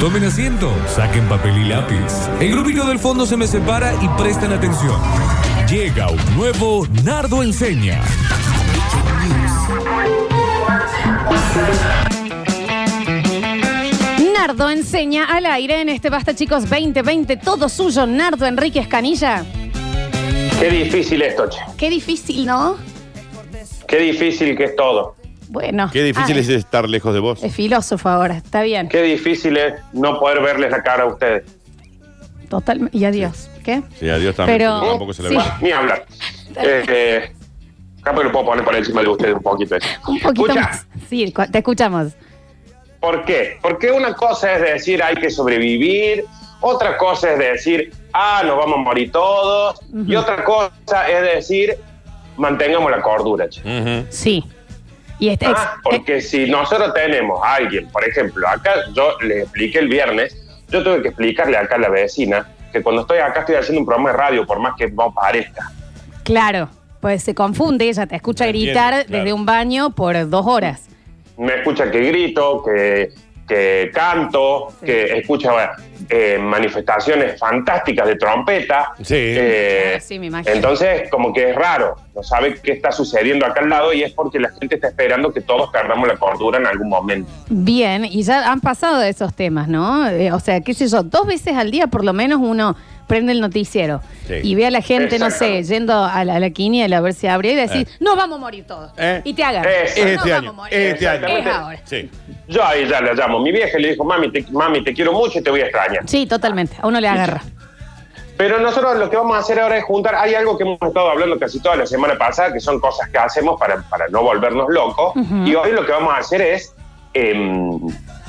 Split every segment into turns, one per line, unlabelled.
Tomen asiento, saquen papel y lápiz. El grupito del fondo se me separa y prestan atención. Llega un nuevo Nardo Enseña.
Nardo enseña al aire en este Basta Chicos 2020, todo suyo, Nardo Enríquez Canilla.
Qué difícil esto, che.
Qué difícil, ¿no?
Qué difícil que es todo.
Bueno.
Qué difícil
Ah,
es estar lejos de vos.
Es filósofo ahora, está bien.
Qué difícil es no poder verles la cara a ustedes.
Total, y adiós. ¿Qué?
Sí, adiós también.
Pero-
porque tampoco se la
sí.
ve.
Bueno, ni hablar. Eh, eh, capaz que lo puedo poner por encima de ustedes un poquito. eso.
Un poquito
Escucha,
más. Sí, cu- te escuchamos.
¿Por qué? Porque una cosa es decir hay que sobrevivir, otra cosa es decir, ah, nos vamos a morir todos, y otra cosa es decir, mantengamos la cordura, che.
Ujú.
Sí. Y este ex-
Ah, porque si nosotros tenemos a alguien, por ejemplo, acá yo les expliqué el viernes, yo tuve que explicarle acá a la vecina que cuando estoy acá estoy haciendo un programa de radio, por más que no parezca.
eh, claro, pues se confunde, ella te escucha
Entiendo,
gritar
claro.
desde un baño por dos horas.
Me escucha que grito, que, que canto, que escucha eh, manifestaciones fantásticas de trompeta.
Sí.
Eh,
Ah, sí, me imagino.
Entonces, como que es raro, no sabe qué está sucediendo acá al lado y es porque la gente está esperando que todos perdamos la cordura en algún momento.
Bien, y ya han pasado de esos temas, ¿no? Eh, o sea, qué sé yo, dos veces al día por lo menos uno prende el noticiero
Sí.
y ve a la gente, no sé,
Exactamente.
yendo a la, a la quiniela a ver si abre y decís, no vamos a morir todos.
Eh.
Y te hagan.
Es
"No
este
vamos
año,
a morir".
este
año.
Es ahora.
Sí.
Yo ahí ya la llamo a mi vieja y le dijo, mami te, mami, te quiero mucho y te voy a extrañar.
Sí, totalmente. A uno le agarra.
Pero nosotros lo que vamos a hacer ahora es juntar, hay algo que hemos estado hablando casi toda la semana pasada, que son cosas que hacemos para, para no volvernos locos, y hoy lo que vamos a hacer es em,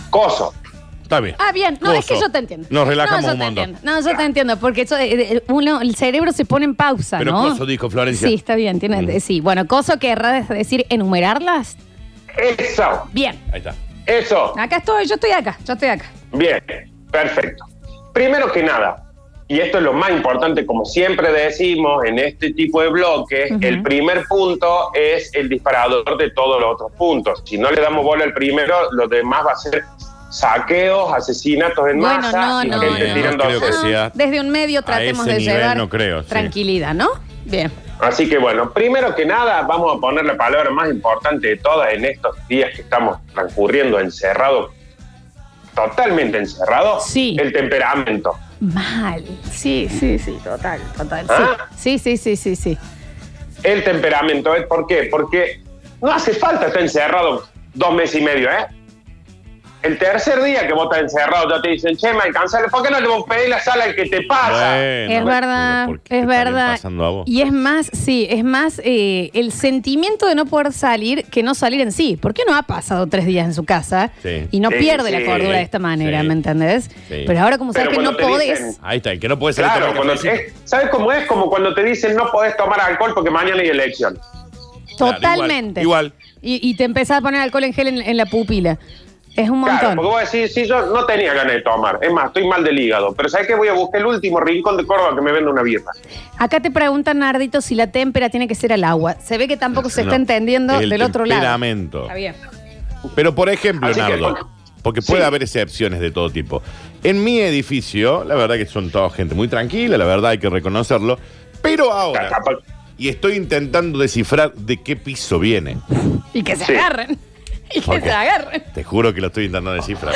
coso.
Está bien.
Ah, bien. No, es que
Gozo.
yo te entiendo.
Nos relajamos
no, yo
un
te
montón.
Entiendo. No, yo te entiendo, porque eso, eh, eh, uno, el cerebro se pone en pausa,
Pero
¿no?
coso dijo Florencia.
Sí, está bien. Tiene,
Mm.
Sí, bueno, coso querrá decir enumerarlas.
Eso,
Bien.
Ahí está.
eso,
Acá estoy, yo estoy acá, yo estoy acá.
bien, perfecto. Primero que nada, y esto es lo más importante, como siempre decimos en este tipo de bloques,
Ujú.
el primer punto es el disparador de todos los otros puntos. Si no le damos bola al primero, lo demás va a ser saqueos, asesinatos en
Bueno,
masa
no,
y
no,
gente
no.
tirando
Creo que
acero.
sí. sea
Ah, desde un medio
a
tratemos
ese
de
nivel,
llevar
no creo, sí.
tranquilidad, ¿no? Bien.
Así que bueno, primero que nada vamos a poner la palabra más importante de todas en estos días que estamos transcurriendo encerrado, totalmente encerrado,
Sí.
el temperamento.
Mal. Sí, sí, sí, total, total. sí.
¿Ah?
Sí, sí, sí, sí, sí.
El temperamento, ¿eh? ¿por qué? Porque no hace falta estar encerrado dos meses y medio, ¿eh? El tercer día que vos estás encerrado ya te dicen, che, me alcanzale, ¿por qué no le vos pedís la sala al que te pasa?
Bueno,
es verdad,
Eh, pero ¿por qué
es
te está bien
verdad.
pasando a vos?
Y es más, sí, es más eh, el sentimiento de no poder salir que no salir en sí. ¿Por qué no ha pasado tres días en su casa
Sí.
y no
Sí,
pierde la
sí.
cordura de esta manera,
Sí.
¿me entendés?
Sí.
Pero ahora como
Pero
sabes que
cuando
no
te
podés,
dicen-
Ahí está. El que no puede salir a
Claro,
tomar
cuando
cafecito.
es- ¿sabes cómo es? Como cuando te dicen no podés tomar alcohol porque mañana hay elección.
Claro,
totalmente.
igual,
Y, y te empezás a poner alcohol en gel en, en la pupila. Es un montón.
Claro, porque vos decís, sí, yo no tenía ganas de tomar. Es más, estoy mal del hígado. Pero ¿sabes qué? Voy a buscar el último rincón de Córdoba que me venda una birra.
Acá te preguntan, Nardito, si la témpera tiene que ser al agua. Se ve que tampoco se está
No,
entendiendo
el
del otro lado.
temperamento.
Está bien.
Pero por ejemplo,
Así que-
Nardo, porque puede
Sí.
haber excepciones de todo tipo. En mi edificio, la verdad que son toda gente muy tranquila, la verdad hay que reconocerlo. Pero ahora,
Capaz-
y estoy intentando descifrar de qué piso viene.
Y que se
Sí.
agarren. Y que
Ok.
se agarren.
Te juro que lo estoy intentando descifrar.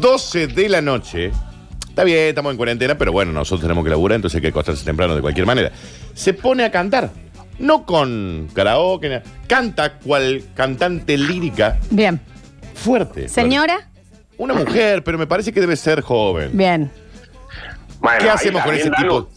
12 de la noche. Está bien, estamos en cuarentena, pero bueno, nosotros tenemos que laburar, entonces hay que acostarse temprano de cualquier manera. Se pone a cantar. No con karaoke, na- canta cual cantante lírica
Bien.
fuerte.
Señora,
Una mujer, pero me parece que debe ser joven.
bien.
Bueno,
¿Qué
ahí
hacemos con
también,
ese
Danu,
tipo?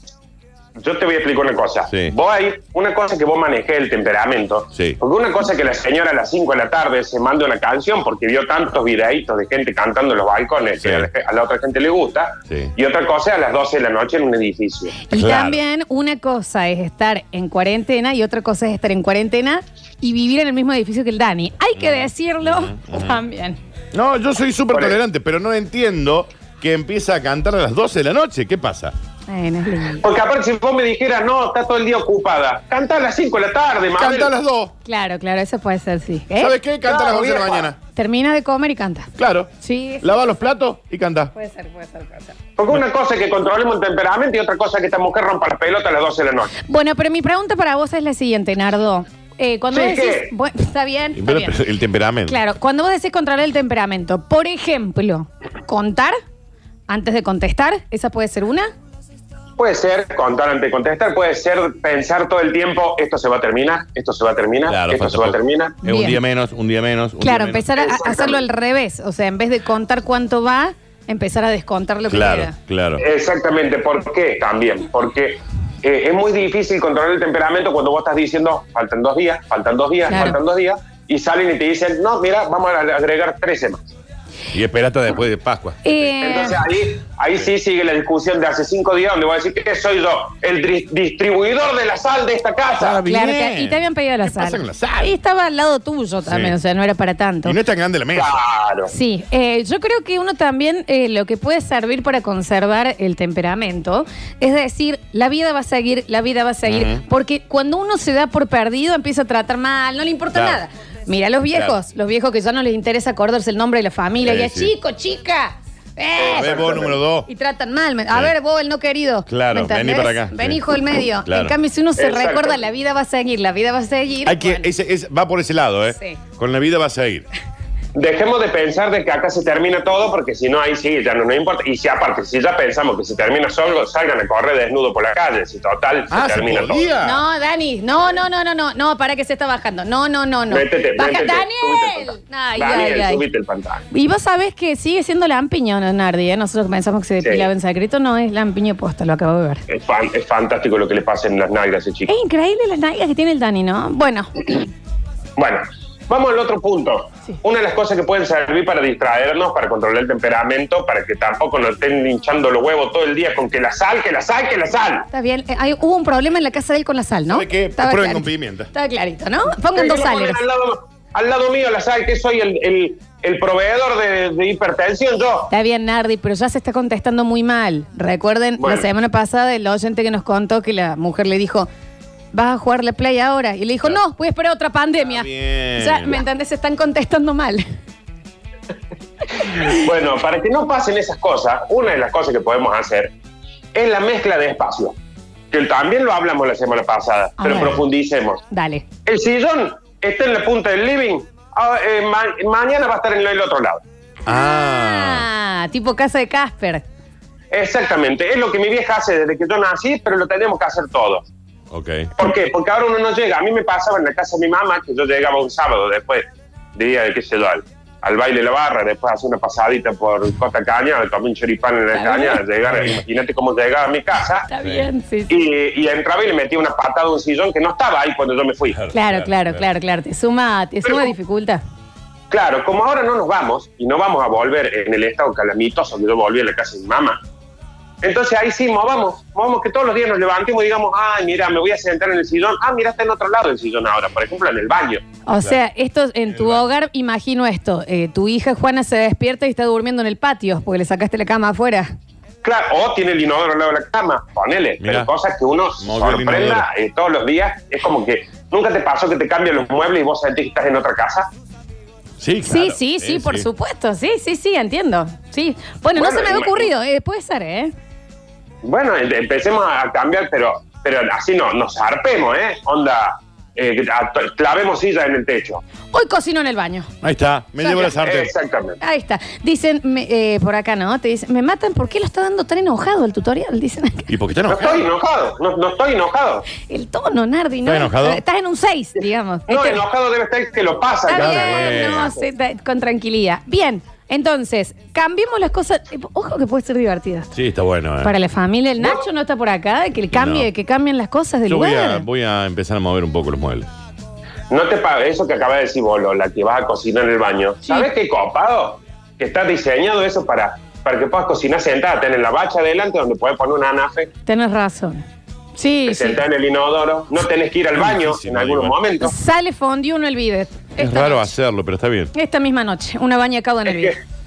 Yo te voy a explicar una cosa.
Sí.
Vos ahí, una cosa es que vos manejés el temperamento.
Sí.
Porque una cosa es que la señora a las 5 de la tarde se manda una canción porque vio tantos videitos de gente cantando en los balcones
Sí.
que a la, a la otra gente le gusta.
Sí.
Y otra cosa es a las 12 de la noche en un edificio.
Y
Claro.
también una cosa es estar en cuarentena y otra cosa es estar en cuarentena y vivir en el mismo edificio que el Dani. Hay
Mm.
que decirlo también.
No, yo soy súper
Por eso.
tolerante, pero no entiendo que empieza a cantar a las 12 de la noche. ¿Qué pasa?
Bueno, es lindo.
Porque aparte si vos me dijeras, no, está todo el día ocupada. Canta a las 5 de la tarde, Mabel.
Canta a las dos.
Claro, claro, eso puede ser, sí. ¿Eh?
¿Sabes qué? Canta a las
Claro,
11 de la
vieja.
mañana.
Termina de comer y canta.
Claro.
Sí.
Lava los platos y canta.
Puede ser, puede ser, puede ser.
Porque una cosa es que controlemos el temperamento y otra cosa es que esta mujer rompa la pelota a las 12 de la noche.
Bueno, pero mi pregunta para vos es la siguiente, Nardo. Eh, cuando
Sí,
vos decís,
¿qué?
bueno, está bien,
Y
está
pero-
bien.
pero el temperamento.
Claro, cuando vos decís controlar el temperamento, por ejemplo, contar antes de contestar, esa puede ser una.
Puede ser contar ante contestar, puede ser pensar todo el tiempo, esto se va a terminar, esto se va a terminar,
Claro,
esto
falta
se va a
poco.
terminar.
Es un
Bien.
día menos, un día menos. un
Claro,
día menos.
empezar a, a
Exactamente.
hacerlo al revés. O sea, en vez de contar cuánto va, empezar a descontar lo que
Claro,
queda.
claro.
Exactamente, ¿por qué? También, porque eh, es muy difícil controlar el temperamento cuando vos estás diciendo, faltan dos días, faltan dos días,
Claro.
faltan dos días, y salen y te dicen, no, mira, vamos a agregar 13 más.
Y espera hasta después de Pascua.
Eh,
Entonces ahí, ahí sí sigue la discusión de hace cinco días donde voy a decir que soy yo, el dri- distribuidor de la sal de esta casa.
Claro.
claro,
Ah, bien.
te- y te habían pedido la
¿Qué
sal.
pasa con la sal?
Y estaba al lado tuyo también,
Sí.
o sea, no era para tanto.
Y no es tan grande la mesa.
Claro.
Sí, eh, yo creo que uno también eh, lo que puede servir para conservar el temperamento es decir, la vida va a seguir, la vida va a seguir,
Ujú.
porque cuando uno se da por perdido empieza a tratar mal, no le importa
Claro.
nada. Mira, los viejos,
Claro.
los viejos que ya no les interesa acordarse el nombre de la familia,
Sí,
y es
sí.
chico, chica, ¡eh!
Bebo número dos.
Y tratan mal. me- A ver, vos, el no querido.
Claro,
¿me entendés?
vení para acá.
Ven,
Sí.
hijo del medio.
Claro.
En cambio, si uno se
Exacto.
recuerda, la vida va a seguir, la vida va a seguir.
Hay que,
bueno.
ese- ese- va por ese lado, ¿eh?
Sí.
Con la vida vas a ir.
Dejemos de pensar de que acá se termina todo porque si no ahí sí, ya no nos importa. Y si aparte, si ya pensamos que se termina solo, salgan a correr desnudo por la calle, si total,
Ah,
se
se
termina todo.
podía.
No, Dani, no, no, no, no, no, no, para que se está bajando. No, no, no, no.
Métete,
Baja,
métete, subite
Daniel.
el pantano.
Ay,
Daniel,
ay, ay.
subite el pantano.
Y vos sabés que sigue siendo lampiño, ¿no, Nardi. ¿eh? Nosotros pensamos que se depilaba
Sí.
en secreto, no es lampiño posta, lo acabo de ver.
Es, fan- es fantástico lo que le pasa en las nalgas a ese chico.
Es increíble las nalgas que tiene el Dani, ¿no? Bueno,
Bueno, vamos al otro punto.
Sí.
Una de las cosas que pueden servir para distraernos, para controlar el temperamento, para que tampoco nos estén hinchando los huevos todo el día con que la sal, que la sal, que la sal.
está bien. Eh, hay- hubo un problema en la casa de él con la sal, ¿no?
¿Sabe qué?
Estaba
Prueben
clarito.
con pimienta.
Estaba clarito, ¿no? Pongan
Sí,
dos
lo ponen
sales.
Al lado, al lado mío la sal, que soy el, el- el proveedor de, de hipertensión, yo.
Está bien, Nardi, pero ya se está contestando muy mal. Recuerden
Bueno.
la semana pasada el oyente que nos contó que la mujer le dijo, ¿vas a jugar la play ahora? Y le dijo, no, voy a esperar otra pandemia.
Está bien.
Ya, ¿me entendés? Se están contestando mal.
Bueno, para que no pasen esas cosas, una de las cosas que podemos hacer es la mezcla de espacios, que también lo hablamos la semana pasada,
A
pero
ver.
profundicemos.
Dale.
El sillón está en la punta del living, ah, eh, ma- mañana va a estar en el otro lado.
Ah.
Ah, tipo casa de Casper.
Exactamente, es lo que mi vieja hace desde que yo nací, pero lo tenemos que hacer todos.
Ok.
¿Por qué? Porque ahora uno no llega. A mí me pasaba en la casa de mi mamá que yo llegaba un sábado después, día de qué sé yo, al, al baile de la barra, después hacer una pasadita por Costa Caña, me tomé un choripán en la
Está bien.
caña, llegar, imagínate cómo llegaba a mi casa.
Está bien, sí, sí.
Y, y entraba y le metía una patada a un sillón que no estaba ahí cuando yo me fui.
Claro, claro, claro, claro. Te suma, te
Pero-
suma dificultad.
Claro, como ahora no nos vamos y no vamos a volver en el estado calamitoso que yo volví a la casa de mi mamá, entonces ahí sí, movamos, movamos que todos los días nos levantemos y digamos, ay, mira, me voy a sentar en el sillón, ah, mira, está en otro lado el sillón ahora, por ejemplo, en el baño.
O sea, esto en tu hogar, imagino esto. eh, tu hija Juana se despierta y está durmiendo en el patio porque le sacaste la cama afuera.
Claro, o tiene el inodoro al lado de la cama, ponele,
Mirá.
pero cosas que uno
Movió el inodoro.
sorprenda eh, todos los días, es como que, ¿nunca te pasó que te cambian los muebles y vos sentís que estás en otra casa?
Sí,
Sí,
claro.
sí, sí, por supuesto. Sí, sí, sí, entiendo. Sí. Bueno, no
Bueno,
se me había
imagínate.
ocurrido. eh, puede ser, ¿eh?
Bueno, em- empecemos a cambiar, pero, pero así no, nos zarpemos, ¿eh? Onda, eh, a- clavemos sillas en el techo.
Hoy cocino en el baño.
Ahí está. Me llevo la sartén.
Exactamente.
Ahí está. Dicen, me- eh, por acá, ¿no? Te dicen, me matan, ¿por qué lo está dando tan enojado el tutorial? Dicen acá.
¿Y por qué está
No
enojado?
estoy enojado, no, no estoy enojado.
El tono, Nardi, ¿no? Eh,
¿Estás enojado?
Estás en un 6, digamos.
No,
Este-
enojado debe estar que lo pasa.
Está
claro.
bien, no, sí, está- con tranquilidad. Bien, entonces, cambiemos las cosas. Eh, Ojo que puede ser divertido.
Sí, está bueno, eh.
Para la familia, el Nacho Ah. no está por acá, que, el cambie,
No.
que cambien las cosas del
Yo voy a,
lugar.
voy a empezar a mover un poco los muebles.
No te paga eso que acaba de decir vos, la que vas a cocinar en el baño. ¿Sabes qué copado? Que está diseñado eso para, para que puedas cocinar sentada, tener la bacha adelante donde puedes poner un anafe,
Tenés razón. Sí,
te
sí.
sentás en el inodoro, no tenés que ir al
Es
baño
difícil,
en
¿no?
algunos
Igual.
momentos.
Sale fondue uno el bidet.
Es
Esta
raro
noche.
hacerlo, pero está bien.
Esta misma noche, una baña cauda en el
Es
bidet.
que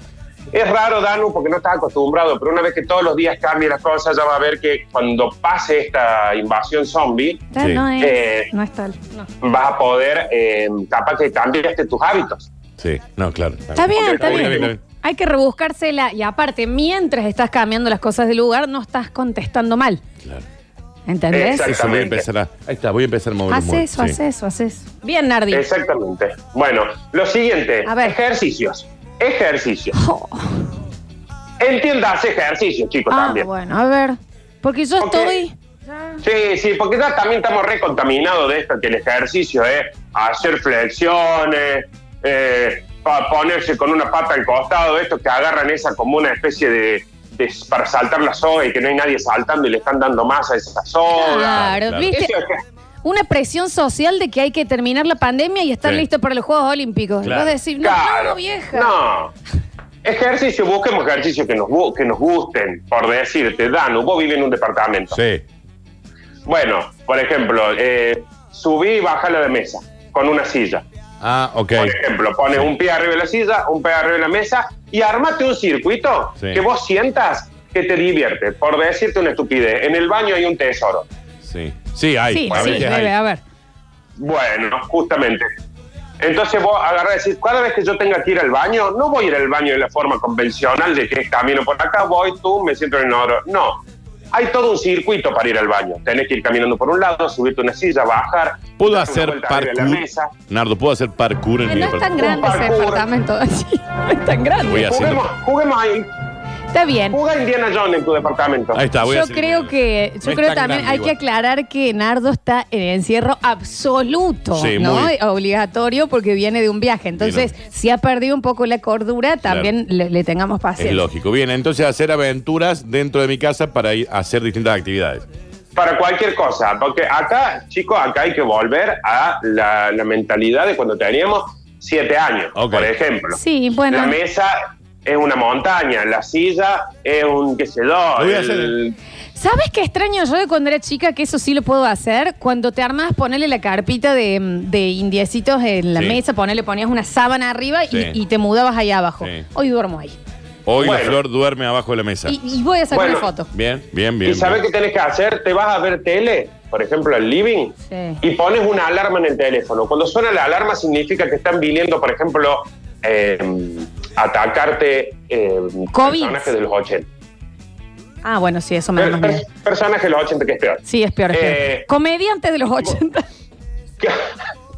Es raro, Danu, porque no estás acostumbrado, pero una vez que todos los días cambien las cosas, ya va a ver que cuando pase esta invasión zombie,
Tal
Sí.
No, es,
Eh,
no es tal. no.
vas a poder, eh, capaz que cambiaste tus hábitos.
Sí, no, claro.
Está bien, está
bien,
está
bien. Hay que rebuscársela. Y aparte, mientras estás cambiando las cosas del lugar, no estás contestando mal.
Claro.
¿Entendés?
Exacto.
Eso voy a empezar a. Ahí está, voy a empezar a mover. los
Haz
muebles,
eso,
sí.
haz eso, haz eso. Bien, Nardi.
Exactamente. Bueno, lo siguiente,
A ver.
ejercicios. Ejercicios.
Oh,
Entiendas ejercicios, chicos,
ah,
también.
bueno, a ver. Porque yo
Ok.
estoy.
Sí, sí, porque ya también estamos recontaminados de esto, que el ejercicio es hacer flexiones, eh, pa- ponerse con una pata al costado, esto que agarran esa como una especie de, de- para saltar la soga y que no hay nadie saltando y le están dando más a esa soga.
Claro,
claro.
viste.
Eso es-
Una presión social de que hay que terminar la pandemia y estar
Sí.
listo para los Juegos Olímpicos.
Claro.
Vas a decir, no,
Claro.
no, vieja.
No. Ejercicio, busquemos ejercicios que nos, gu- que nos gusten, por decirte. Danu, vos vivís en un departamento.
Sí.
Bueno, por ejemplo, eh, subí y baja la mesa con una silla.
Ah, ok.
Por ejemplo, pones un pie arriba de la silla, un pie arriba de la mesa y armate un circuito
Sí.
que vos sientas que te divierte. Por decirte una estupidez, en el baño hay un tesoro.
Sí. Sí, hay.
Sí,
a
sí,
veces hay.
bebé, a ver.
Bueno, justamente. Entonces vos agarrás y decís, cada vez que yo tenga que ir al baño, no voy a ir al baño de la forma convencional de que es camino por acá, voy tú, me siento en el oro. No. Hay todo un circuito para ir al baño. Tenés que ir caminando por un lado, subirte a una silla, bajar.
¿Puedo
dar una
hacer
vuelta arriba de la
parkour?
mesa.
Nardo, ¿puedo hacer parkour en
Ay,
mi
Ah, No es tan
departamento?
grande ese
parkour.
departamento. sí, no es tan grande.
Voy a- haciendo-
Juguemos, juguemos ahí.
Está bien.
Juega Indiana Jones en tu departamento.
Ahí está, Ah, voy a
yo
hacer-
creo que,
No
yo
es
creo
tan
también
grande
hay
igual.
que aclarar que Nardo está en encierro absoluto,
Sí,
¿no?
muy.
Obligatorio porque viene de un viaje. Entonces, si ha perdido un poco la cordura, también le, le tengamos
Es
paciencia.
lógico. Bien, entonces hacer aventuras dentro de mi casa para ir a hacer distintas actividades.
Para cualquier cosa, porque acá, chicos, acá hay que volver a la, la mentalidad de cuando teníamos siete años,
Ok.
por ejemplo.
Sí, bueno.
La mesa es una montaña, la silla es un, qué sé yo,
Lo voy a
el-
¿Sabes qué extraño yo de cuando era chica? Que eso sí lo puedo hacer. Cuando te armas, ponerle la carpita de, de indiecitos en la
Sí.
mesa, ponele, ponías una sábana arriba y-
Sí.
y, te mudabas ahí abajo.
Sí.
Hoy duermo ahí.
Hoy la
Bueno.
flor duerme abajo de la mesa.
Y, y voy a sacar
Bueno.
una foto.
Bien, bien, bien.
¿Y sabes qué
bien.
tenés que hacer? Te vas a ver tele, por ejemplo, al living,
Sí.
y pones una alarma en el teléfono. Cuando suena la alarma significa que están viniendo, por ejemplo, eh, atacarte eh,
COVID.
personajes de los 80.
Ah, bueno, sí, eso me da
Per-
más
per-
miedo.
personajes de los 80 que es peor.
Sí, es peor. es peor.
Eh,
Comediante de los 80.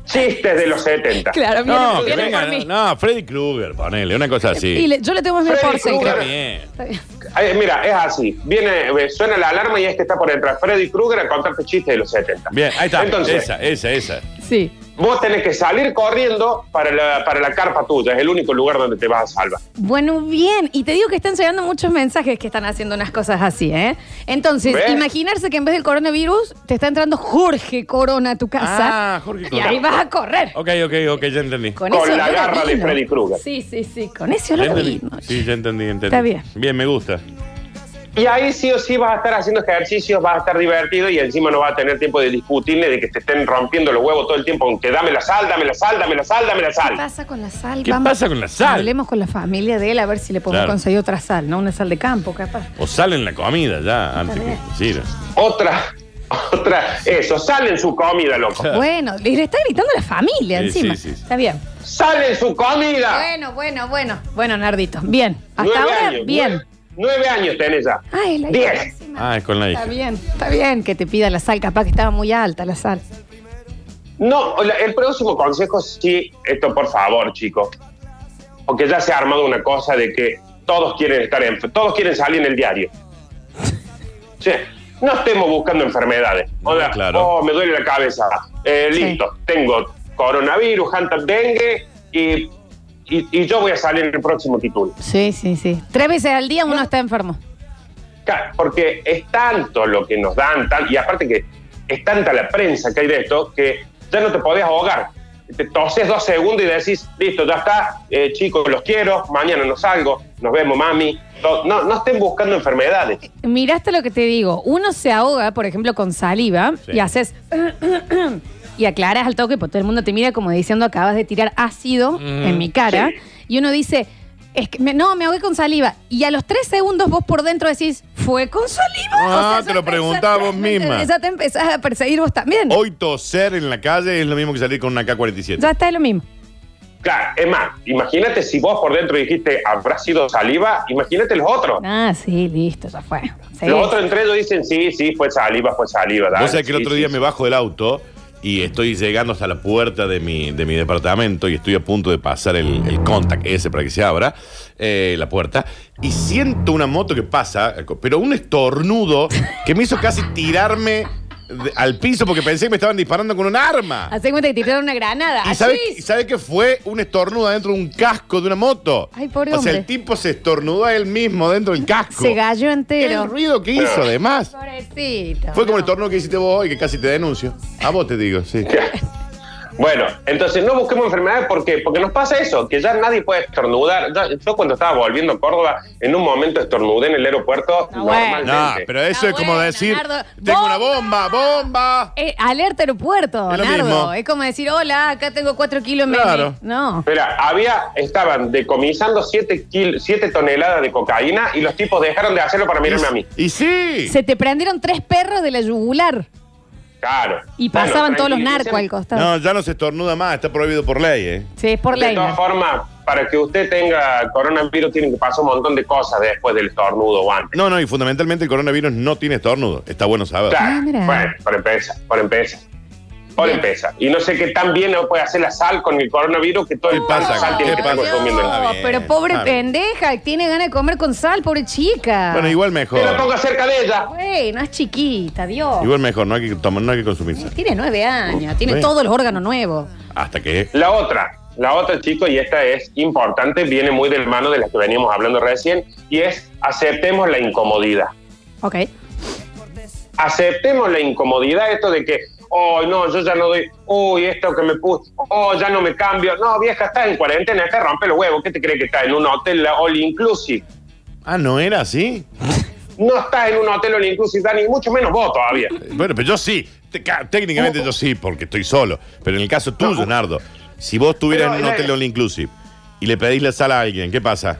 Chistes de los 70.
claro, viene,
No, que
viene por
venga,
mí.
no, no, Freddy Krueger, ponele, una cosa
Y
así.
le- yo le tengo más miedo
Freddy
por seis,
Krueger.
creo.
Bien.
Está bien.
Eh, mira, es así. Viene, eh, suena la alarma y es que está por entrar Freddy Krueger a contarte chistes de los 70.
Bien, ahí está.
Entonces,
esa, esa, esa.
Sí.
vos tenés que salir corriendo para la, para la carpa tuya. Es el único lugar donde te vas a salvar.
Bueno, bien. Y te digo que están llegando muchos mensajes que están haciendo unas cosas así, ¿eh? Entonces,
¿Ves?
imaginarse que en vez del coronavirus te está entrando Jorge Corona a tu casa.
Ah, Jorge
y ahí
Corona.
vas a correr.
Ok, ok, ok, ya entendí.
Con
ese
la
olor a
garra de
vino.
Freddy Krueger.
Sí, sí, sí. Con ese
Ya
olor a
entendí.
vino.
Sí, ya entendí, entendí.
Está bien.
Bien, me gusta.
Y ahí sí o sí vas a estar haciendo ejercicios, vas a estar divertido y encima no vas a tener tiempo de discutirle de que te estén rompiendo los huevos todo el tiempo con que dame la sal, dame la sal, dame la sal, dame la
¿Qué
sal.
pasa con la sal?
¿Qué pasa con la sal?
Hablemos con la familia de él a ver si le podemos
Claro.
conseguir otra sal, ¿no? Una sal de campo, capaz.
O salen la comida ya, antes
bien.
que sirva.
Otra, otra, eso, sal en su comida, loco.
Bueno, le le está gritando a la familia
Sí,
encima.
sí, Ah. sí, sí.
Está bien.
¡Sal en su comida!
Bueno, bueno, bueno. Bueno, Nardito. Bien. Hasta
Nueve
ahora,
años,
bien.
Nueve, nueve años tenés ya.
Ah, es la hija
Diez.
encima.
Ah, es con la
Está
hija.
bien, está bien que te pida la sal, capaz que estaba muy alta la sal.
No, la- el próximo consejo sí, esto por favor, chicos. Porque ya se ha armado una cosa de que todos quieren estar en, todos quieren salir en el diario. Sí, no estemos buscando enfermedades.
No,
O sea,
claro.
oh, me duele la cabeza. Eh,
Sí.
listo, tengo coronavirus, Hunter dengue y, y, y yo voy a salir en el próximo título.
Sí, sí, sí. Tres veces al día uno está enfermo.
Claro, porque es tanto lo que nos dan, tal, y aparte que es tanta la prensa que hay de esto, que ya no te podés ahogar. Te toses dos segundos y decís, listo, ya está, eh, chicos, los quiero, mañana no salgo, nos vemos, mami. No, no, no estén buscando enfermedades.
Miraste lo que te digo. Uno se ahoga, por ejemplo, con saliva
Sí.
y haces. y aclaras pues al toque, porque todo el mundo te mira como diciendo acabas de tirar ácido en mi cara.
Sí.
Y uno dice, Es que me- no, me ahogué con saliva. Y a los tres segundos vos por dentro decís, ¿fue con saliva?
Ah,
O sea,
te
ya
lo
empezás-
preguntaba vos
me-
misma.
Ya te empezás a perseguir vos también.
Hoy toser en la calle es lo mismo que salir con una K-47.
Ya está es lo mismo.
Claro, es más, imagínate si vos por dentro dijiste habrá sido saliva, imagínate los otros.
Ah, sí, listo, ya fue. Sí.
Los otros entre ellos dicen sí, sí, fue saliva, fue saliva. dale,
Vos sabés que el
sí,
otro
sí,
día
sí.
me bajo del auto y estoy llegando hasta la puerta de mi, de mi departamento y estoy a punto de pasar el, el contact ese para que se abra eh, la puerta y siento una moto que pasa, pero un estornudo que me hizo casi tirarme de- al piso porque pensé que me estaban disparando con un arma.
Hacé cuenta que te tiraron una granada.
¿Y
Así
sabes
es.
sabe que fue un estornudo adentro de un casco de una moto?
Ay, pobre
O sea,
hombre.
el tipo se estornudó a él mismo dentro del casco.
Se galló
El
entero.
ruido que hizo, además.
Pobrecito.
Fue como el
No.
torneo que hiciste vos hoy, que casi te denuncio. A vos te digo, sí.
Bueno, entonces no busquemos enfermedades ¿por qué? porque nos pasa eso, que ya nadie puede estornudar. Yo, yo cuando estaba volviendo a Córdoba, en un momento estornudé en el aeropuerto
No,
normalmente.
No, pero
Está
eso es como
bueno,
decir,
Nardo.
tengo una bomba, bomba.
Eh, alerta aeropuerto,
Es lo
Nardo.
mismo.
Es como decir, hola, acá tengo cuatro kilos menos.
Claro.
No.
Espera, había, estaban decomisando 7 toneladas de cocaína y los tipos dejaron de hacerlo para mirarme a mí.
Y sí.
Se te prendieron tres perros de la yugular
Claro.
y
Bueno,
pasaban todos los
tranquilicen.
narcos al costado.
No, ya no se estornuda más, está prohibido por ley, ¿eh?
Sí, es por
De
ley.
todas
¿no?
formas, para que usted tenga coronavirus, tienen que pasar un montón de cosas después del estornudo o antes.
No, no, y fundamentalmente el coronavirus no tiene estornudo. Está bueno saber.
Claro,
mira.
bueno, por empresa, por empresa. Por
Bien.
empresa. Y no sé qué tan bien no puede hacer la sal con el coronavirus que todo el
¿Qué pasa?
sal tiene
¿Qué
que estar
pasa?
consumiendo.
Ah,
No,
bien,
pero pobre
está bien.
pendeja, tiene ganas de comer con sal, pobre chica.
Bueno, igual mejor.
Te la ponga cerca de ella.
Güey, no es chiquita, Dios.
Igual mejor, no hay que tomar, no hay que consumirse.
Tiene nueve años, tiene
Bueno.
todos los órganos nuevos.
Hasta que.
La otra, la otra, chicos, y esta es importante, viene muy del mano de las que veníamos hablando recién, y es aceptemos la incomodidad.
Ok.
aceptemos la incomodidad, esto de que, oh, no, yo ya no doy, uy, esto que me puse, oh, ya no me cambio. No, vieja, estás en cuarentena, te rompe los huevos. ¿Qué te crees que estás en un hotel all inclusive?
Ah, ¿no era así?
No estás en un hotel all inclusive, Dani, mucho menos vos todavía.
Eh, Bueno, pero yo sí. Te- ca- Técnicamente yo sí, porque estoy solo. Pero en el caso tuyo, Nardo, si vos estuvieras
Pero,
en un
eh,
hotel all inclusive y le pedís la sala a alguien, ¿qué pasa?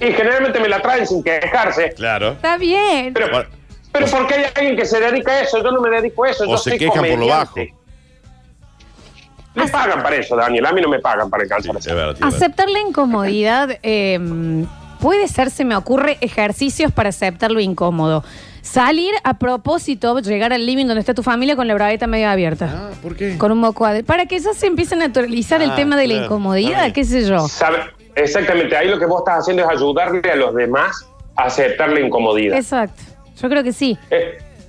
Y generalmente me la traen sin quejarse.
Claro.
Está bien.
Pero,
Bueno,
pero ¿por qué hay alguien que se dedica a eso? Yo no me dedico a eso.
O
yo
se
soy
quejan por lo
comediante.
bajo.
Me pagan para eso, Daniel. A mí no me pagan para
sí,
alcanzar
es
eso.
verdad, tiene razón.
Aceptar la incomodidad eh, puede ser, se me ocurre, ejercicios para aceptar lo incómodo. Salir a propósito, llegar al living donde está tu familia con la bragueta medio abierta.
Ah, ¿por qué?
Con un moco adentro. Para que ya se empiece a naturalizar el
Ah,
tema de la
claro, está
incomodidad,
bien.
qué sé yo.
Sabe- Exactamente, ahí lo que vos estás haciendo es ayudarle a los demás a aceptar la incomodidad. Es,
Exacto. Yo creo que sí.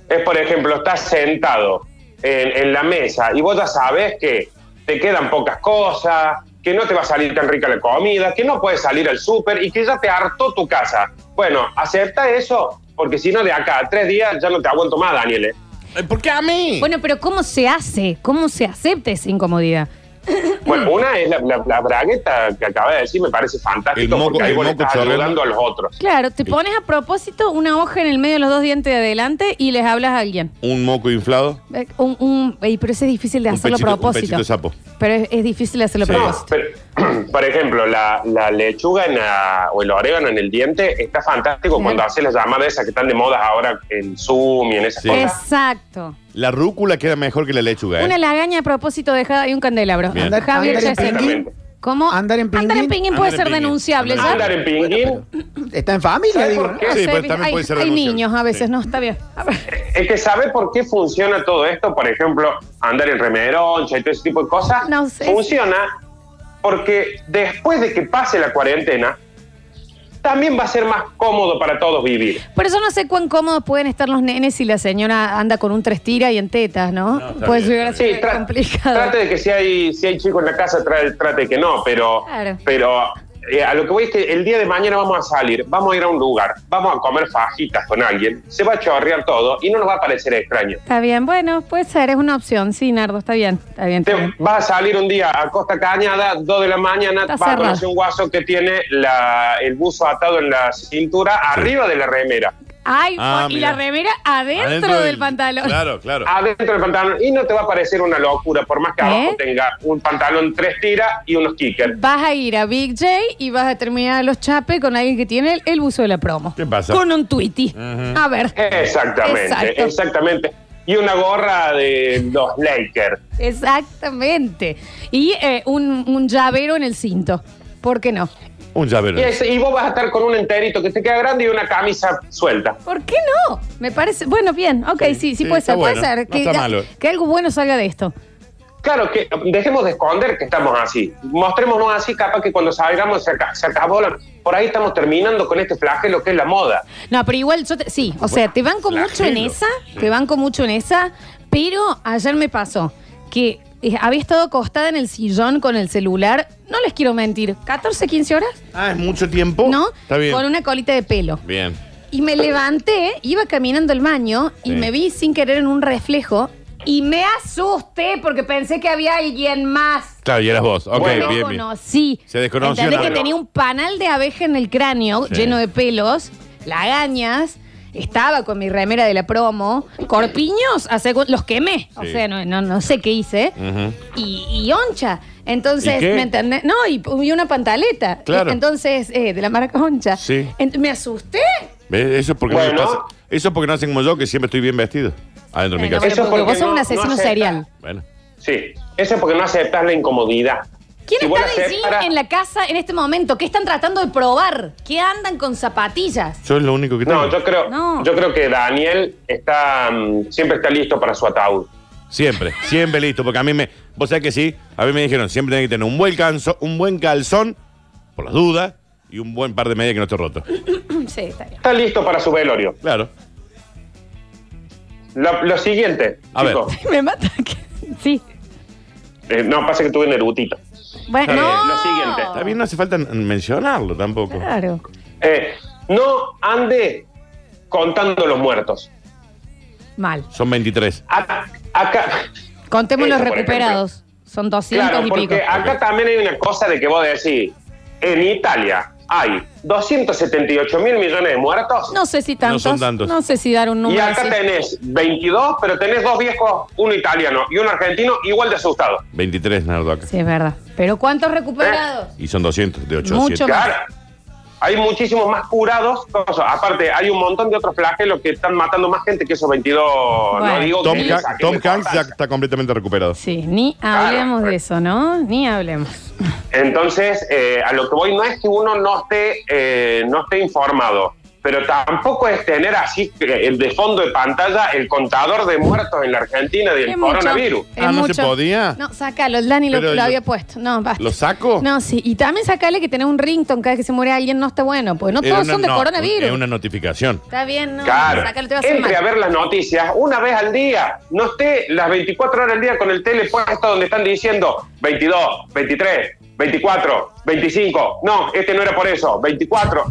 es, por ejemplo, estás sentado en, en la mesa y vos ya sabes que te quedan pocas cosas, que no te va a salir tan rica la comida, que no puedes salir al súper y que ya te hartó tu casa. Bueno, acepta eso, porque si no, de acá a tres días ya no te aguanto más, Daniel. ¿eh?
Eh, ¿Por qué a mí?
Bueno, pero ¿cómo se hace? ¿Cómo se acepta esa incomodidad?
Mm.
Bueno, una es la, la- la bragueta que acabas de decir, me parece fantástico,
El moco-
porque ahí
el
vos le
moco
estás
chorreando.
ayudando a los otros.
Claro, te pones a propósito una hoja en el medio de los dos dientes de adelante y les hablas a alguien.
¿Un moco inflado?
Eh, Un, un- ey, pero eso es difícil de
Un
hacerlo
pechito-
a
un
propósito.
pechito de sapo.
Pero es, es difícil hacerlo a
Sí.
No,
propósito.
pero, por ejemplo, la, la lechuga en la- o el orégano en el diente está fantástico
Claro.
cuando hace las llamadas esas que están de moda ahora en Zoom y en esas
Sí.
cosas.
Exacto.
La rúcula queda mejor que la lechuga, ¿eh?
Una lagaña a propósito dejada y un candelabro.
Bien.
Andar- Javier
Andar en
Chesel.
pinguín.
¿Cómo?
Andar en
Andar en
pinguín.
pinguín puede
Andar en
ser
pinguín.
denunciable.
Andar
Andar en pinguín
Está en familia,
¿Sabe
digo.
por
¿no?
qué?
Ah,
Sí,
sé,
pero también
hay,
puede ser
hay
denunciable.
niños a veces,
Sí.
¿no? Está bien. A ver.
es que sabe por qué funciona todo esto, por ejemplo, andar en remeroncha y todo ese tipo de cosas.
No sé.
Funciona porque después de que pase la cuarentena, también va a ser más cómodo para todos vivir.
Pero yo no sé cuán cómodos pueden estar los nenes si la señora anda con un tres tira y en tetas, ¿no?
No, está
puede
bien,
llegar a
Sí,
ser
tra-
complicado.
Trate de que si hay, si hay chicos en la casa, tra- trate que no, pero,
Claro.
pero eh, a lo que voy es que el día de mañana vamos a salir, vamos a ir a un lugar, vamos a comer fajitas con alguien, se va a chorrear todo y no nos va a parecer extraño.
Está bien, bueno, puede ser, es una opción. Sí, Nardo, está bien. Está bien,
Te
está bien.
vas a salir un día a Costa Cañada, 2 de la mañana,
Está
vas a
cerrado.
conocer un guaso que tiene la- el buzo atado en la cintura, arriba de la remera.
Ay,
Ah,
y
mira.
la remera adentro, del, pantalón.
Claro, claro.
adentro del pantalón y no te va a parecer una locura, por más que
¿Eh?
abajo tenga un pantalón tres tiras y unos kickers.
Vas a ir a Big J y vas a terminar los chapes con alguien que tiene el, el buzo de la promo.
¿Qué pasa?
Con un tweety. A ver.
Exactamente,
Exacto.
exactamente. Y una gorra de los Lakers.
Exactamente. Y eh, un, un llavero en el cinto. ¿Por qué no?
Un llavero.
Y, ese- y vos vas a estar con un enterito que te queda grande y una camisa suelta.
¿Por qué no? Me parece. Bueno, bien. Ok, sí, sí,
sí,
puede
está
ser. Puede
bueno.
ser.
No está malo.
que algo bueno salga de esto.
Claro, que dejemos de esconder que estamos así. Mostrémonos así, capaz que cuando salgamos se, aca- se acabó. la- por ahí estamos terminando con este flagelo que es la moda.
No, pero igual yo te- sí, o sea, te banco
flagelo.
mucho en esa, te banco mucho en esa, pero ayer me pasó que eh, había estado acostada en el sillón con el celular, no les quiero mentir, 14, 15 horas,
Ah, es mucho tiempo.
¿no?
Está bien.
Con una colita de pelo.
Bien.
Y me levanté, iba caminando al baño y
Sí.
me vi sin querer en un reflejo y me asusté porque pensé que había alguien más.
Claro, y eras vos. Ok,
Bueno.
bien, bien.
Desconocí.
Se desconoció
Entendés
nada.
que tenía un panal de abeja en el cráneo
Sí.
lleno de pelos, lagañas. Estaba con mi remera de la promo, corpiños, hace cu- los quemé. O
Sí.
sea, no, no, no sé qué hice.
Ujú.
y, y oncha. Entonces,
¿Y qué?
¿me entendés? No, y, y una pantaleta. E-,
Claro.
Entonces, eh, de la marca Oncha.
Sí.
Ent- me asusté.
¿Ves? Eso es porque no
Bueno.
me pasa. Eso es porque no hacen como yo, que siempre estoy bien vestido. Adentro de mi
Bueno,
casa.
bueno,
Eso es
porque
porque
vos sos
no-
un
no
asesino
acepta.
serial.
Bueno.
Sí, eso es porque no aceptas la incomodidad.
¿Quién
Si vos
está de
la
jean
aceptas-
en la casa en este momento? ¿Qué están tratando de probar? ¿Qué andan con zapatillas?
Yo es lo único que tengo.
No, yo creo,
No.
yo creo que Daniel está mm, siempre está listo para su ataúd.
Siempre, siempre listo. Porque a mí me. Vos sabés que sí, a mí me dijeron, siempre tenés que tener un buen calzón, un buen calzón, por las dudas, y un buen par de medias que no esté roto.
sí, está bien.
Está listo para su velorio.
Claro.
Lo, lo siguiente,
A ver.
chicos.
Me mata. que- sí.
Eh, no, pasa que tuve nervutito.
Bueno,
Está
no.
bien,
lo siguiente.
Está bien, no hace falta n- mencionarlo tampoco.
Claro.
Eh, no ande contando los muertos.
Mal.
Son 23.
Acá, acá-
Contemos
Eso,
los
por
recuperados. Son 200
Eh, claro,
y pico.
porque acá también hay una cosa de que vos decís, en Italia hay 278 mil millones de muertos
No sé si tantos.
No son tantos.
no sé si dar un
y
número.
acá
así.
tenés 22, pero tenés dos viejos, uno italiano y uno argentino igual de asustado.
23, Nardo, acá.
Sí, es verdad. Pero ¿cuántos recuperados?
Eh.
Y son 200, de 8
Mucho
a 7.
más.
Claro. Hay muchísimos más curados. o sea, aparte, hay un montón de otros flagelos que están matando más gente que esos 22.
Bueno.
No digo
Tom,
que le
Hanks-
saquen
Tom Hanks ya
importancia.
está completamente recuperado.
Sí, ni hablemos de eso, ¿no? Ni hablemos.
Entonces, eh, a lo que voy no es que uno no esté, eh, no esté informado, pero tampoco es tener así eh, el de fondo de pantalla el contador de muertos en la Argentina del
Es mucho. Eh,
coronavirus.
Es
Ah, ¿no se
mucho.
podía?
No, sácalo. El Dani lo,
Pero
lo
lo-
había puesto. No, basta.
¿Lo saco?
No, sí. Y también sacale que tenés un rington cada vez que se muere alguien. No está bueno, pues no
Era
todos
una-
son de
no,
coronavirus.
Es una notificación.
Está bien, no.
Claro,
Sácalo, te va a hacer mal.
entre a ver las noticias una vez al día, no esté las 24 horas al día con el tele puesto donde están diciendo 22, 23, 24, 25, no, este no era por eso, 24,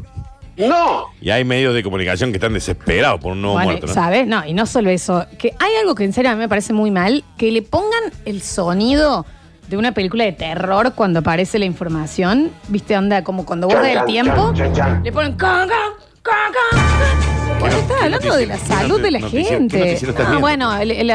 no,
Y hay medios de comunicación que están desesperados por un nuevo
Bueno,
muerto. ¿no?
¿sabes? No, y no solo eso. Que hay algo que en serio a mí me parece muy mal, que le pongan el sonido de una película de terror cuando aparece la información. ¿Viste? Onda, como cuando
Chan,
borra el
chan,
tiempo,
chan, chan, chan.
le ponen con, con, con, con.
Bueno,
Estás
¿qué
hablando de la
noticiero? ¿Qué
salud de la
noticiero? ¿Qué
gente.
noticiero estás
Ah,
viendo?
bueno, el- el-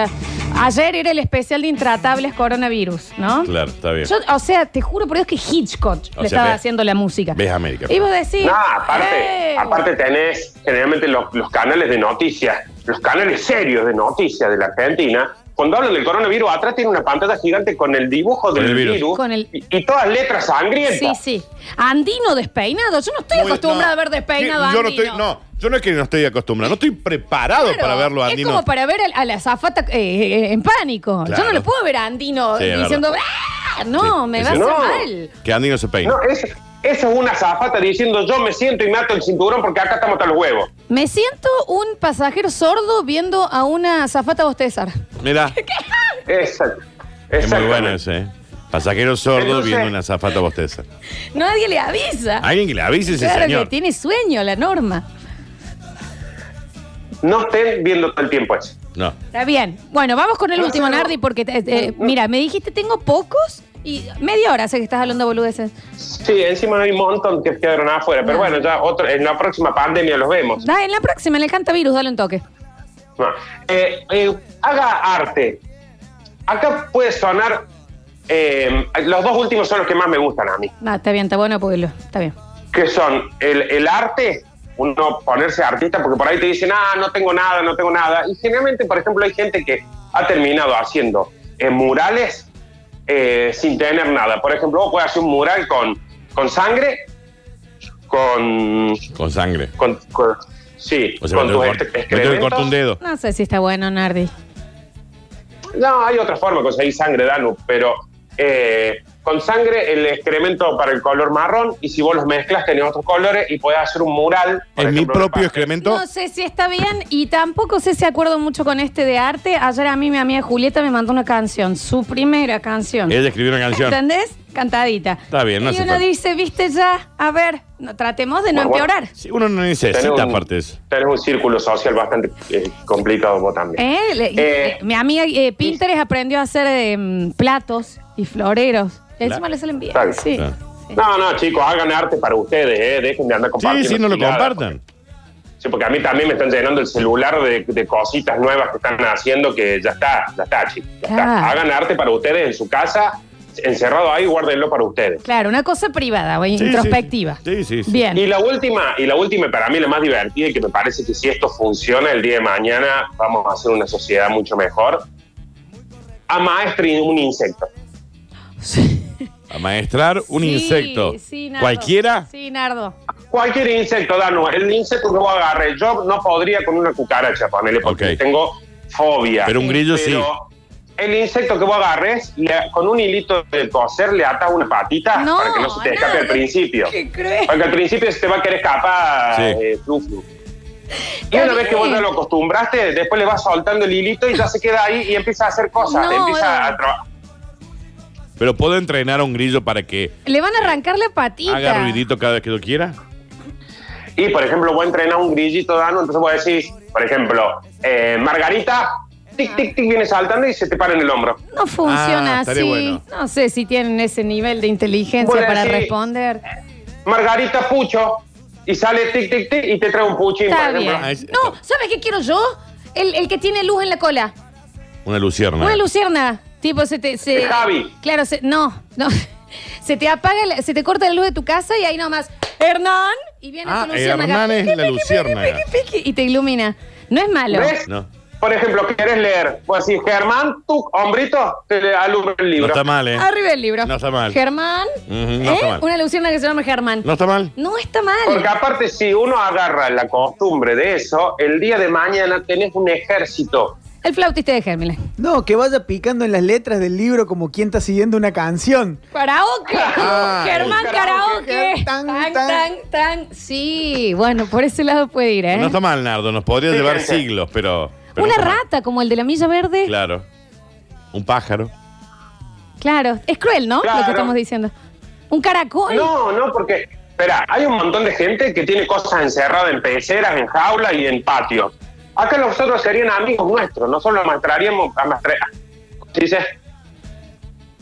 ayer era el especial de intratables coronavirus, ¿no?
Claro, está bien.
Yo, o sea, te juro por Dios que Hitchcock
O
le
sea,
estaba
ves-
haciendo la música.
ves América.
Y vos decís.
No, aparte,
¡eh!
aparte tenés generalmente los, los canales de noticias, los canales serios de noticias de la Argentina. Cuando hablan del coronavirus, atrás tiene una pantalla gigante con el dibujo del
el virus.
virus,
Con el-
y, y todas letras
Sí,
sangrientas.
sí. Andino despeinado. Yo no estoy
Muy-
acostumbrada
no.
a ver despeinado a
Yo no
Andino.
estoy, no, yo no es que no estoy acostumbrado, no estoy preparado
Claro,
para verlo a Andino.
Es como para ver al- a, la zafata en pánico. Yo no
Claro.
le puedo ver a Andino
Sí, es
diciendo, "Ah, no,
Sí,
me
sí,
va a
sí.
hacer
No.
mal.
Que Andino se peine.
No, es- eso es una zafata diciendo yo me siento y me ato el cinturón porque acá estamos hasta los huevos.
Me siento un pasajero sordo viendo a una zafata bostezar.
Mira,
Exacto.
es muy bueno
Exactamente.
ese, ¿eh? Pasajero sordo
Entonces-
viendo una zafata bosteza.
Nadie le avisa.
Alguien que le avise a ese
claro
señor.
que tiene sueño la norma.
No estén viendo todo el tiempo eso.
No.
Está bien. Bueno, vamos con el último, Nardi, porque, eh, eh, mira, me dijiste, tengo pocos Y media hora sé que estás hablando boludeces.
Sí, encima hay un montón que quedaron afuera, pero bueno, ya otro, en la próxima pandemia los vemos.
Da, en la próxima, en el cantavirus, dale un toque.
No. Eh, eh, haga arte. Acá puede sonar. eh, los dos últimos son los que más me gustan a mí.
Ah, está bien, está bueno porque lo- Está bien.
Que son el, el arte, uno ponerse artista, porque por ahí te dicen, ah, no tengo nada, no tengo nada. Y generalmente, por ejemplo, hay gente que ha terminado haciendo eh, murales eh, sin tener nada. Por ejemplo, vos puedes hacer un mural con, con sangre, con.
Con sangre.
con, con- sí,
O sea,
con
me tengo
tus
que cort-
este-
me tengo que cortar un
excrementos.
dedo.
No sé si está bueno, Nardi.
No, hay otra forma de conseguir sangre, Danu, pero eh, con sangre el excremento para el color marrón y si vos los mezclas tenés otros colores y podés hacer un mural. por
¿En mi
ejemplo,
propio
de-
excremento?
No sé si está bien y tampoco sé si acuerdo mucho con este de arte. Ayer a mí mi amiga Julieta me mandó una canción, su primera canción.
Ella escribió una canción.
¿Entendés? Cantadita.
Está bien, no
Y
hace
uno
falta.
dice, viste ya, a ver, no, tratemos de no
Bueno, bueno.
empeorar.
Sí, uno no necesita
Tenés un-
aparte de eso.
Tenés un círculo social bastante eh, complicado vos también.
¿Eh? Le-
Eh,
eh, mi amiga eh, Pinterest aprendió a hacer em, platos y floreros. Y encima
Claro.
le salen bien.
Claro.
Sí.
Claro.
No, no, chicos, hagan arte para ustedes, eh, dejen de andar
Sí,
compartiendo.
sí, no lo
giladas,
compartan.
porque- sí, porque a mí también me están llenando el celular de, de cositas nuevas que están haciendo que ya está, ya está, chicos. ya está.
Claro.
Hagan arte para ustedes en su casa, encerrado ahí, guárdenlo para ustedes.
Claro, una cosa privada, güey,
Sí, sí,
introspectiva.
sí. Sí, sí, sí.
Bien.
Y la última, y la última y para mí la más divertida y que me parece que si esto funciona el día de mañana vamos a hacer una sociedad mucho mejor. Amaestre un insecto.
A maestrar un
Sí,
insecto.
sí, Nardo.
¿Cualquiera?
Sí, Nardo.
Ah, Cualquier insecto, Danu, el insecto que vos agarres, yo no podría con una cucaracha, ponele, porque
Ok.
tengo fobia.
Pero un grillo sí.
El insecto que vos agarres, le- con un hilito de coser le atas una patita
No,
para que no se te escape
Nardo,
al principio.
qué cruel.
Porque al principio se te va a querer escapar
Sí.
eh, flu, flu. Y
Está
una vez que
bien.
vos ya lo acostumbraste, después le vas soltando el hilito y ya se queda ahí y empieza a hacer cosas.
No,
empieza
Danu.
a trabajar.
Pero puedo entrenar a un grillo para que
Le van a arrancar la patita.
haga ruidito cada vez que yo quiera.
Y por ejemplo, vos entrenas un grillito, Dano, entonces vos decís, por ejemplo, eh, Margarita, tic, tic, tic, viene saltando y se te para en el hombro.
No funciona
Ah,
así.
estaría bueno.
No sé si tienen ese nivel de inteligencia
Bueno,
para
sí.
responder.
Margarita, pucho, y sale tic, tic, tic, y te trae un puchín,
Está
por
bien.
ejemplo.
Ah, es-
No, ¿sabes qué quiero yo? El, el que tiene luz en la cola.
Una lucierna.
Una lucierna. Tipo, se te. Se,
Eh, Javi.
Claro, se- no, no. Se te apaga, la- se te corta la luz de tu casa y ahí nomás, Hernán. Y viene
Ah,
tu lucierna.
Hernán es la luciérnaga.
Y te ilumina. No es malo.
¿Ves?
No.
Por ejemplo, querés leer, vos decís, Germán, tu hombrito, te le alumbra el
No
libro.
está mal, ¿eh?
Arriba el libro.
No está mal.
Germán.
Ujú, no
¿eh?
está mal.
Una lucierna que se llama Germán.
No está mal.
No está mal.
Porque aparte, si uno agarra la costumbre de eso, el día de mañana tenés un ejército.
El flautista de Germán.
No, que vaya picando en las letras del libro como quien está siguiendo una canción.
Karaoke.
Ah,
Germán
el
Karaoke.
karaoke.
Tan,
Tan,
tan, tan,
tan.
Sí, bueno, por ese lado puede ir, ¿eh?
No está mal, Nardo. Nos podría
Sí,
llevar
sí.
siglos, pero. pero
Una
no está mal.
rata como el de la milla verde. Claro,
Claro. Un pájaro.
es cruel, ¿no? Lo que
Claro.
estamos diciendo. Un caracol.
No, no, porque, espera, hay un montón de gente que tiene cosas encerradas en peceras, en jaulas y en patios. Acá nosotros serían amigos nuestros, nosotros los amastraríamos, amastre, ¿sí dice?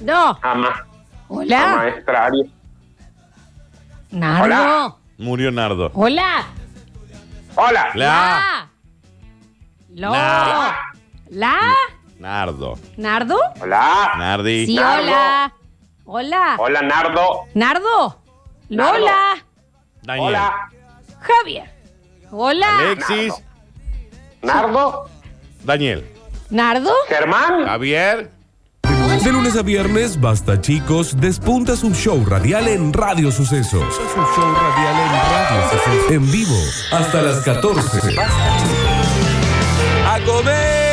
No.
Ama,
Hola.
amaestraría.
Nardo. Hola.
Hola.
Murió Nardo.
Hola.
Hola,
La-
Lo.
La.
La.
Nardo.
Nardo.
hola,
Nardi.
Sí,
Nardo.
hola. Hola.
hola Nardo,
Nardo.
Nardo.
Lola.
Daniel.
hola,
Javier. Hola.
Alexis.
Nardo,
Daniel.
Nardo.
Germán,
Javier.
De lunes a viernes, Basta Chicos despunta su show radial en Radio Sucesos. Su show radial en Radio Sucesos. En vivo, hasta las 14. ¡A comer!